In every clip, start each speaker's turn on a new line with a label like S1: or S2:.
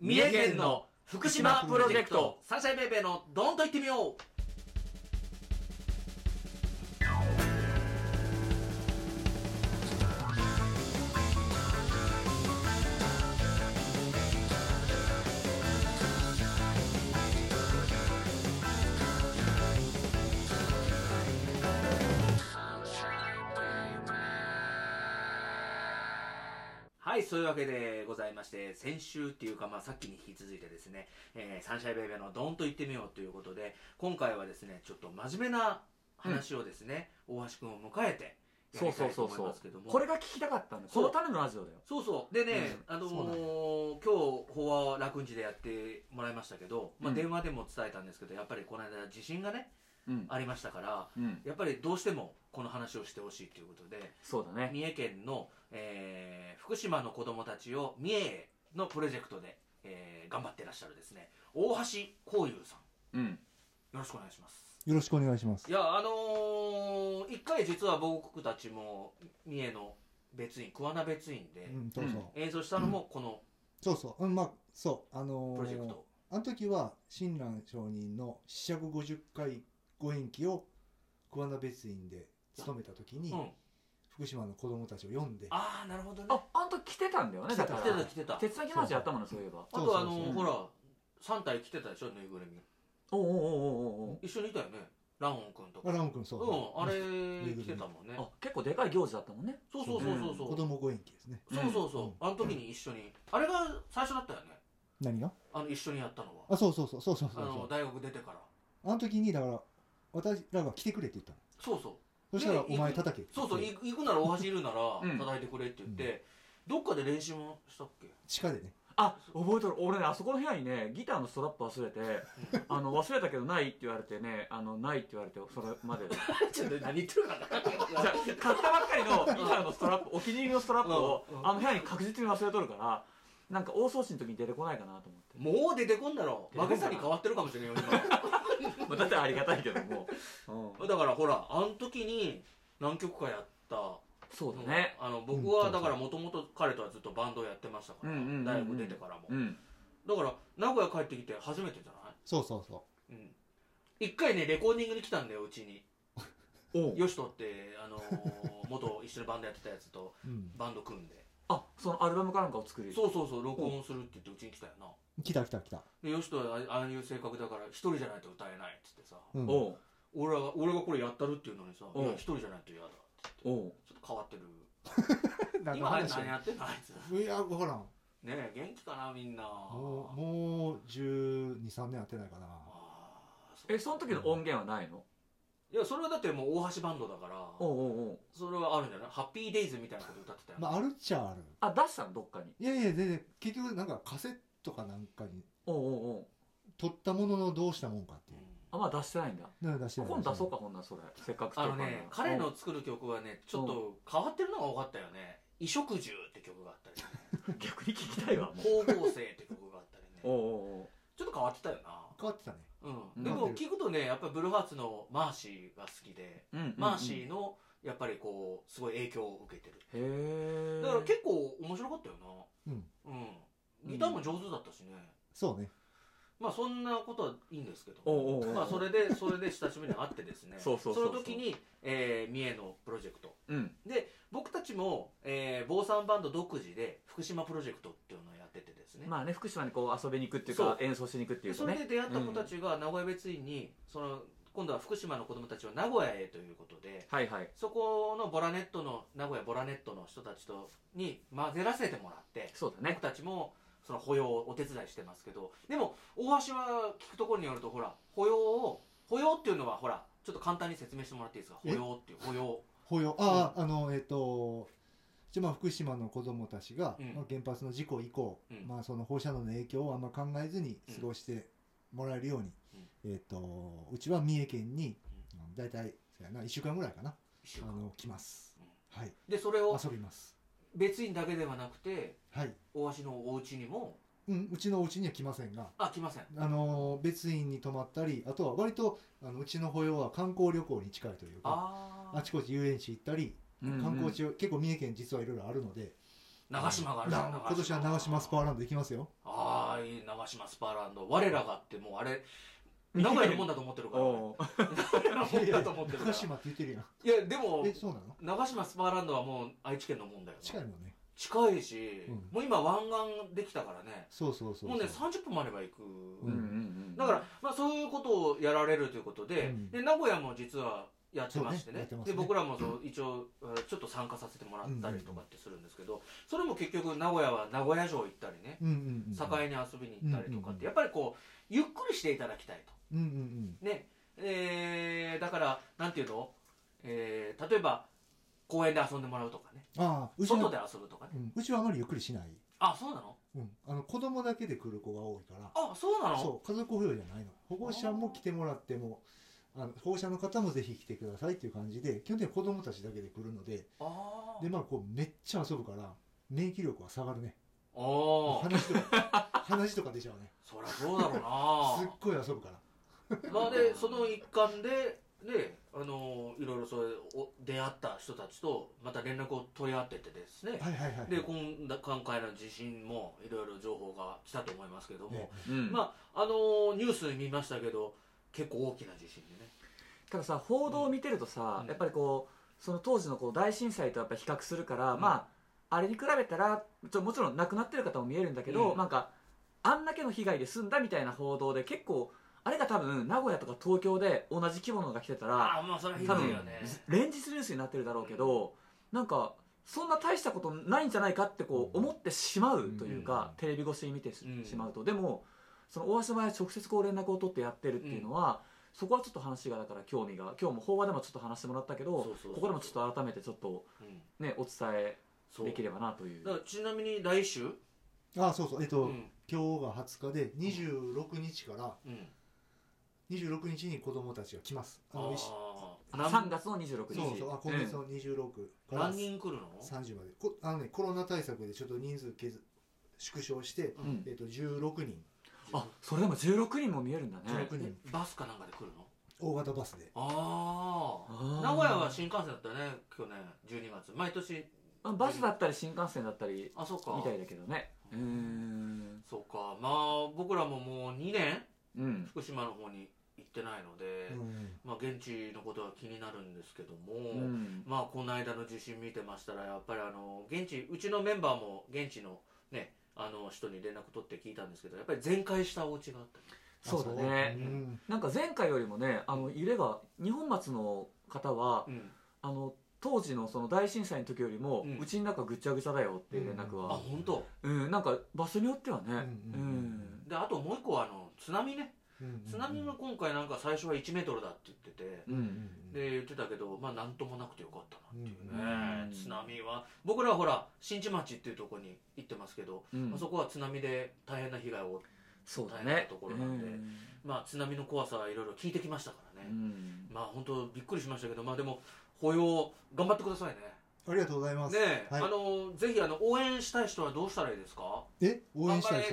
S1: 三重県の福島プロジェクト、サンシャインベイベーのどんと行ってみようはい、そういうわけでございまして、先週っていうか、まあ、さっきに引き続いてですね、えーサンシャインベイベーのドンと言ってみようということで、今回はですね、ちょっと真面目な話をですね、大橋くんを迎えて、や
S2: そう
S1: りた
S2: そう
S1: いと
S2: そう
S1: 思い
S2: そ
S1: ますけど
S2: う。
S1: も。
S2: これが聞きたかったんだ。
S1: そ
S2: そうのためのラジオだよ。
S1: そうそう。でね、
S2: うん
S1: あの
S2: そうなんだ
S1: ー今日、法は楽んじでやってもらいましたけど、まあ、
S2: うん
S1: 電話でも伝えたんですけど、やっぱりこの間地震がね、
S2: うん。
S1: ありましたから、
S2: うん。
S1: やっぱりどうしてもこの話をしてほしいということで、
S2: そうだね。
S1: 三重県の、えー福島の子供たちを三重へのプロジェクトで、えー頑張ってらっしゃるですね、大橋幸雄さん。
S2: うん。
S1: よろしくお願いします。
S3: よろしくお願いします
S1: い。や、あのー一回実は僕たちも三重の別院、桑名別院で
S3: うん、そうそう。
S1: 演奏したのもこの
S3: そうそう。うん、まあ、そう。あのー
S1: プロジェクト。
S3: あの時は、親鸞上人の四百五十回ご縁記を桑名別院で務めた時に、
S1: うん。
S3: 福島の子供たちを読んで、
S1: ああ、なるほどね。
S2: あ、あんた来てたんだよね、
S3: 来て
S2: だ
S3: た
S2: か
S1: 来
S2: ら。
S1: てた来てた。あ
S2: 手伝いマジやったもんね、そういえば。
S3: そう
S1: とあ
S3: そう
S1: の
S3: そ
S1: ー、
S3: う
S1: ほら、3体来てたでしょ、ぬいぐるみ。
S2: おうおうおうおうおう
S1: 一緒にいたよね。ランオン君と
S3: まあ、
S1: か。
S3: ラム君そうう、
S1: ん、あれ
S3: ぬいぐる、み
S1: 来てたもんね。
S2: あ、結構でかい行事だったもんね。
S1: そうそうそうそう
S3: 子
S1: そう。
S3: 供ご縁記ですね。。
S1: そうそうそううんあの時に一緒に。あれが最初だったよね。
S3: 何が
S1: あの、一緒にやったのは。
S3: あ、そうそうそう、そうそう
S1: あ
S3: そうそ
S1: の、
S3: う。
S1: 大学出てから。
S3: あの時に、だから、私らが来てくれって言ったの。
S1: そうそう。
S3: そしたら、
S1: で
S3: お前叩けって。
S1: そうそう、い行くなら大橋いるなら、
S2: うん
S1: 叩いてくれって言って、どっかで練習もしたっけ
S3: 地下でね。
S2: あ、覚えとる。俺ね、あそこの部屋にね、ギターのストラップ忘れ て、あの、忘れたけどないって言われてね、あの、ないって言われて、それまで。じゃ
S1: ちょっと何言ってるかな。
S2: あ買ったばっかりのギターのストラ ップ、お気に入りのストラップを
S1: うんう、ん
S2: あの部屋に確実に忘れとるから、なんか大掃除の時に出てこないかなと思って。
S1: もう出てこんだろ。
S2: 出てこ
S1: バ
S2: んか
S1: ケ
S2: な
S1: さに変わってるかもしれんよ、今。
S2: まあ、だってありがたいけども。 うん、
S1: だからほら、あの時に何曲かやった。
S2: そうだね。
S1: あの、僕
S3: う
S1: は、
S3: ん
S1: だからもともと彼とはずっとバンドをやってましたから、
S2: うんうんうんうん
S1: 大学出てからも。
S2: うん。
S1: だから、名古屋帰ってきて初めてじゃな
S3: そうそうそ
S1: いうん。一回ね、レコーディングに来たんだよ、うちに。
S2: お
S1: ヨシトって、あの ー元一緒にバンドやってたやつと、
S3: う。うん。
S1: バンド組んで。
S2: あ、そのアルバムかなんかを作る。
S1: そうそうそう、録音するって言ってうちに来たよな。
S3: 来た来た来た。
S1: で、ヨシトはあああいう性格だから、一人じゃないと歌えないっつってさ、
S3: うん。
S2: おう
S1: 俺らが、俺がこれやったるっていうのにさ、い
S2: うん
S1: や一人じゃないと嫌だって言って、
S2: おう
S1: ちょっと変わってる。
S3: なんか
S1: 今あれ
S3: 話
S1: 何
S3: が
S1: やってんのあいつ。
S3: いや、わからん。
S1: ねえ、元気かな、みんな。
S3: もう、もう、12、3年やってないかな。
S1: あーそう
S2: え、その時の音源はないの
S1: いや、それはだってもう大橋バンドだから、
S2: おうおうおう
S1: それはあるんじゃないハッピーデイズみたいなこと歌ってたよ。
S3: まあ、あるっちゃある。
S2: あ、出したのどっかに。
S3: いやいや、全然、結局なんかカセットかなんかに
S2: おうおうおう
S3: 取ったもののどうしたもんかって
S1: う
S3: いう。
S1: ん
S2: あ、まあ出してないんだ。
S3: なので出してない
S2: 今度出そうか、ほんならそれ。せっかく
S1: あ
S2: 作っ
S1: の
S2: たから
S1: ね、彼の作る曲はね、ちょっと変わってるのが多かったよね。衣食住って曲があったりね、
S2: うん逆に聞きたい わ、もう。
S1: 光合成って曲があったりね。
S2: おうおうおう
S1: ちょっと変わってたよな。
S3: 変わってたね。
S1: う。
S2: うんん
S1: でも聞くとね、やっぱりブルーハーツのマーシーが好きで、
S2: うんうんうん
S1: マーシーの、やっぱりこう、すごい影響を受けてる。
S2: へー。
S1: だから結構面白かったよ
S3: うん。
S1: な。うん。ギターも上手だったしね。
S3: そうね。
S1: まあそんなことはいいんですけど。
S2: おうおうおう
S1: まあそれで、それで親しみに会ってですね。
S2: そうそうそうそう
S1: の時に、えー、三重のプロジェクト。
S2: うん。
S1: で、僕たちも、えー、坊さんバンド独自で、福島プロジェクトっていうのをやっててですね。
S2: まあね、福島にこう遊びに行くっていう
S1: そ
S2: か
S1: う、
S2: 演奏しに行くって
S1: で
S2: いうか
S1: そ
S2: ね。
S1: れで出会った子た
S2: うん。
S1: ちが名古屋別院に、その今度は福島の子供たちを名古屋へということで
S2: はいはい。
S1: そこのボラネットの名古屋ボラネットの人たちとに混ぜらせてもらって
S2: そうだ
S1: 僕
S2: ね。
S1: たちもその保養をお手伝いしてますけどでも大橋は聞くところによるとほら保養を保養っていうのはほらちょっと簡単に説明してもらっていいですか保
S3: え
S1: 養っていう保養
S3: 保養。ああ、あの、えっ、と、一応まあ福島の子供たちが、
S1: うん
S3: まあ、原発の事故以降、
S1: うん
S3: まあその放射能の影響をあんま考えずに過ごしてもらえるように、えっ、と、うちは三重県に、だいたい、そうやな、1週間ぐらいかな。
S1: 一週
S3: あ
S1: 間
S3: の、来ます。はい。
S1: でそれを
S3: 遊びます。
S1: 別院だけではなくて
S3: はい。
S1: 大橋のお家にも
S3: うん、うちのお家には来ませんが、
S1: あ来ません
S3: あの別院に泊まったりあとは割とあのうちの保養は観光旅行に近いというか
S1: あ
S3: あちこち遊園地行ったり
S2: うんうん
S3: 観光地を、結構三重県実はいろいろあるので
S1: あ長島があるじゃん
S3: な今年は長島スパーランド行きますよ
S1: ああ、いい、島スパーランド我らがってもうあれ名古屋のもんだと思ってるから
S2: おう
S1: 名古屋のもんだと思ってるか
S3: 高
S1: ら
S3: 島って言ってるやん
S1: いやでも
S3: えそうなの
S1: 長島スパーランドはもう愛知県のもんだよな
S3: 近いもんね
S1: 近いし、
S3: うん
S1: もう今湾岸できたからね
S3: そうそうそうそう
S1: もうね30分もあれば行く、
S2: うんうんうん
S1: だから、まあ、そういうことをやられるということで,、
S3: うん
S1: で名古屋も実はやってまして
S3: そうねや
S1: ね
S3: ってますね
S1: で僕らもそう一応えーちょっと参加させてもらったりとかってするんですけど、それも結局名古屋は名古屋城行ったりね
S3: うんうんうん
S1: 境に遊びに行ったりとか
S3: う
S1: っ
S3: んうんうん
S1: てやっぱりこうゆっくりしていただきたい
S3: うんうん
S1: とねえーだからなんていうの、えー例えば公園で遊んでもらうとかね
S3: うんああうち
S1: 外
S3: の
S1: で遊ぶとかね
S3: うんうちはあまりゆっくりしない
S1: あそうなの
S3: うんあの子供だけで来る子が多いから
S1: あそうなの
S3: そう家族保養じゃないの保護者も来てもらってもあの保護者の方もぜひ来てくださいっていう感じで基本的には子供たちだけで来るので
S1: あ
S3: でまあこうめっちゃ遊ぶから免疫力は下がるね
S1: あああ
S3: 話とか 話とか出ちゃうね
S1: そりゃそうだろう
S3: すっ
S1: な
S3: ごい遊ぶから
S1: まあでその一環でであのいろいろそういうお出会った人たちとまた連絡を取り合っててですね、
S3: はいはいはい
S1: で今だ今回の地震もいろいろ情報が来たと思いますけども、
S3: ね
S2: うん
S1: まああのニュース見ましたけど結構大きな地震でね
S2: たださ報道を見てるとさ、
S1: うん
S2: やっぱりこうその当時のこう大震災とやっぱ比較するから、
S1: うん
S2: まああれに比べたらちょもちろん亡くなってる方も見えるんだけど、
S1: うん
S2: なんかあんだけの被害で済んだみたいな報道で結構あれが多分名古屋とか東京で同じ規模のが来てたら
S1: ああまあそれはひどいよね
S2: 連日ニュースになってるだろうけど、なんかそんな大したことないんじゃないかってこう
S3: うん
S2: 思ってしまうというか、
S3: うん
S2: テレビ越しに見てし,、
S1: うん
S2: まうとでもその大橋前直接こう連絡を取ってやってるっていうのは、そこはちょっと話がだから興味が今日も法話でもちょっと話してもらったけど
S1: そうそうそう
S2: ここでもちょっと改めてちょっと
S1: うん
S2: ねお伝え
S1: そう
S2: できればなという
S1: だからちなみに来週、
S3: あそうそうえっ
S1: う
S3: と、
S1: ん
S3: 今日が20日で26日から
S1: うん、
S3: 26日に子供たちが来ますあの石
S1: あー
S2: 3月の26日
S3: そうそうあ今月の26から
S1: 何人来るの、
S3: 30までこあのねコロナ対策でちょっと人数削縮小して、
S2: うんうん
S3: えっと16人
S2: あそれでも16人も見えるんだね
S3: 16人
S1: えバスかなんかで来るの
S3: 大型バスで
S1: あ
S2: あ
S1: あ
S2: ー
S1: 名古屋は新幹線だったよね去年12月毎年
S2: あバスだったり新幹線だったり
S1: あそうか
S2: みたいだけどねうーん
S1: そうかまあ僕らももう2年
S2: うん
S1: 福島の方に行ってないので、
S3: うん
S1: まあ現地のことは気になるんですけども、
S2: うん
S1: まあこの間の地震見てましたらやっぱりあの現地うちのメンバーも現地のねあの人に連絡取って聞いたんですけどやっぱり全壊したお家があった
S2: そうだね
S3: あそううん
S2: なんか前回よりもねあの揺れが二本松の方は
S1: り、
S2: あの当時のその大震災の時よりも、
S1: う
S2: うんちの中ぐちゃぐちゃだよっていう連絡
S1: あ
S2: は、
S1: 本当
S2: うんなんか場所によってはねうん
S3: うんうんうん
S1: であともう一個はあの津波ね
S3: うんうん
S1: 津波も今回なんか最初は1メートルだって言ってて、
S2: うん
S1: で言ってたけどまあ何ともなくてよかったなっていうね、
S2: うん
S1: 津波は僕らはほら新地町っていうところに行ってますけど、
S2: うん
S1: まあ、そこは津波で大変な被害を負っ
S2: そうだ
S1: 大変な
S2: ね
S1: ところなんでまあ津波の怖さはいろいろ聞いてきましたから
S2: う
S1: ね、
S2: ん
S1: まあ本当びっくりしましたけどまあでも保養頑張ってくださいね
S3: ありがとうございます、
S1: ねえ、
S3: はい
S1: あのぜひあの応援したい人はどうしたらいいですか、
S3: え応援したい人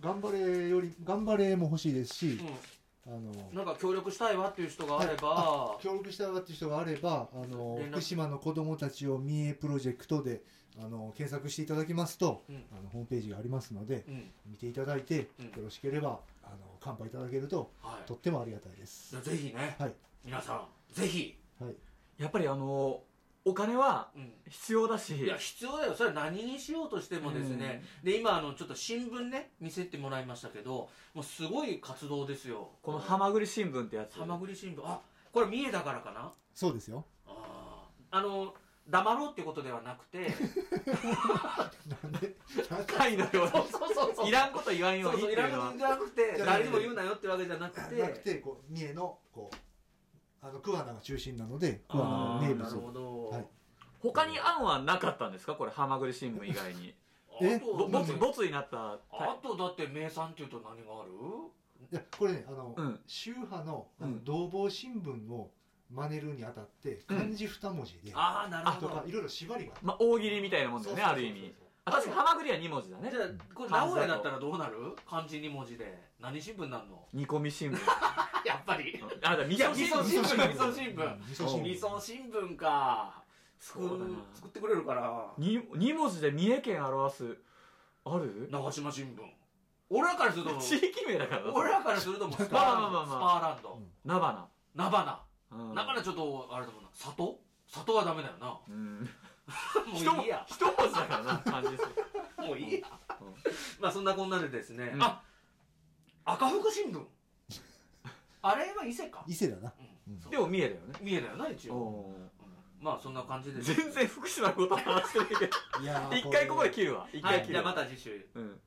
S3: 頑張れより頑張れも欲しいですし、
S1: う
S3: あの
S1: ん、なんか協力したいわっていう人があれば、
S3: 協力したがっていう人があればあの
S1: 連絡
S3: 福島の子どもたちを三重プロジェクトであの検索していただきますと
S1: うん
S3: あのホームページがありますので
S1: うん
S3: 見ていただいて、
S1: うん
S3: よろしければあの乾杯いただけると
S1: はい
S3: とってもありがたいで
S1: じ
S3: す
S1: ゃあぜひね、
S3: はい
S1: 皆さんぜひ、
S3: はい
S2: やっぱりあのお金は
S1: うん、
S2: 必要だし
S1: いや必要だよそれは何にしようとしてもですね、で今あのちょっと新聞ね見せてもらいましたけどもうすごい活動ですよ
S2: この「はまぐり新聞」ってやつ
S1: はまぐり新聞あこれ三重だからかな
S3: そうですよ
S1: あーあの黙ろうってことではなくて
S3: なんでなんで
S2: 会のよう
S1: そう そうそうそう
S2: にいらんこと言わんよ
S1: そうう
S2: にっ
S1: そう
S2: て
S1: い
S2: い
S1: ら
S2: う
S1: ことじゃなくて誰
S2: んのは
S3: じゃなくて
S1: にも言うなよってわけじゃなくて
S3: なくてこう三重のこうあの桑名が中心なので桑名の
S1: あ
S3: 名
S1: ーなる
S3: 物
S1: ほど、
S3: はい
S2: 他に案はなかったんですかこれ「はまぐり新聞」以外に
S3: え
S1: あと
S2: ぼ
S1: だ
S2: ボ
S1: っ
S2: ツ
S1: て
S2: ボツになった
S1: あとだって名産っていうと何がある
S3: いやこれねあの、
S2: うん
S3: 宗派のあ
S2: う
S3: の
S2: ん
S3: 同房新聞を真似るにあたって
S2: うん
S3: 漢字二文字で、
S1: ああなるほ
S3: と
S1: ど
S3: かいろいろ縛りが
S2: まあ、大喜利みたいなもんだ
S3: そう
S2: よね
S3: そうそう
S2: ある意味
S3: そう
S2: あ確かにハマグリは2文字だね
S1: じゃあこれ名古屋だったらどうなる漢字2文字で何新聞なんの
S2: 煮込み 新聞
S1: やっぱり
S2: あだから味
S1: いや
S2: 噌新聞
S1: 味噌新聞新
S3: 味噌
S1: 聞
S3: 味噌新聞
S1: 味噌新聞か作
S2: そうだな
S1: 作ってくれるから
S2: に2文字で三重県表すある
S1: 長島新聞俺らからするともう
S2: 地域名だからなそれ
S1: 俺らからするともうスパーランド、
S2: まあまあまあま
S1: スパーランド、
S2: 菜花
S1: ナバナ、
S2: うん
S1: ナバナちょっとあれだもんな里里はダメだよな も
S2: うん
S1: ういいや
S2: 一文字だからな感じでする
S1: もういいや、
S2: うんうん
S1: まあそんなこんなでですね、
S2: うん
S1: あ赤福新聞 あれは伊勢か
S3: 伊勢だな
S1: うん
S3: うん
S1: そう
S2: でも三重だよね
S1: 三重だよな一応、
S2: おー
S1: うんまあそんな感じで
S2: 全然福島のこと話してないけ ど
S3: いやー
S2: 一回ここで切るわ一
S1: は
S2: 回
S1: い
S2: 切
S1: じゃ
S2: る
S1: あま
S2: わ
S1: た次週
S2: うん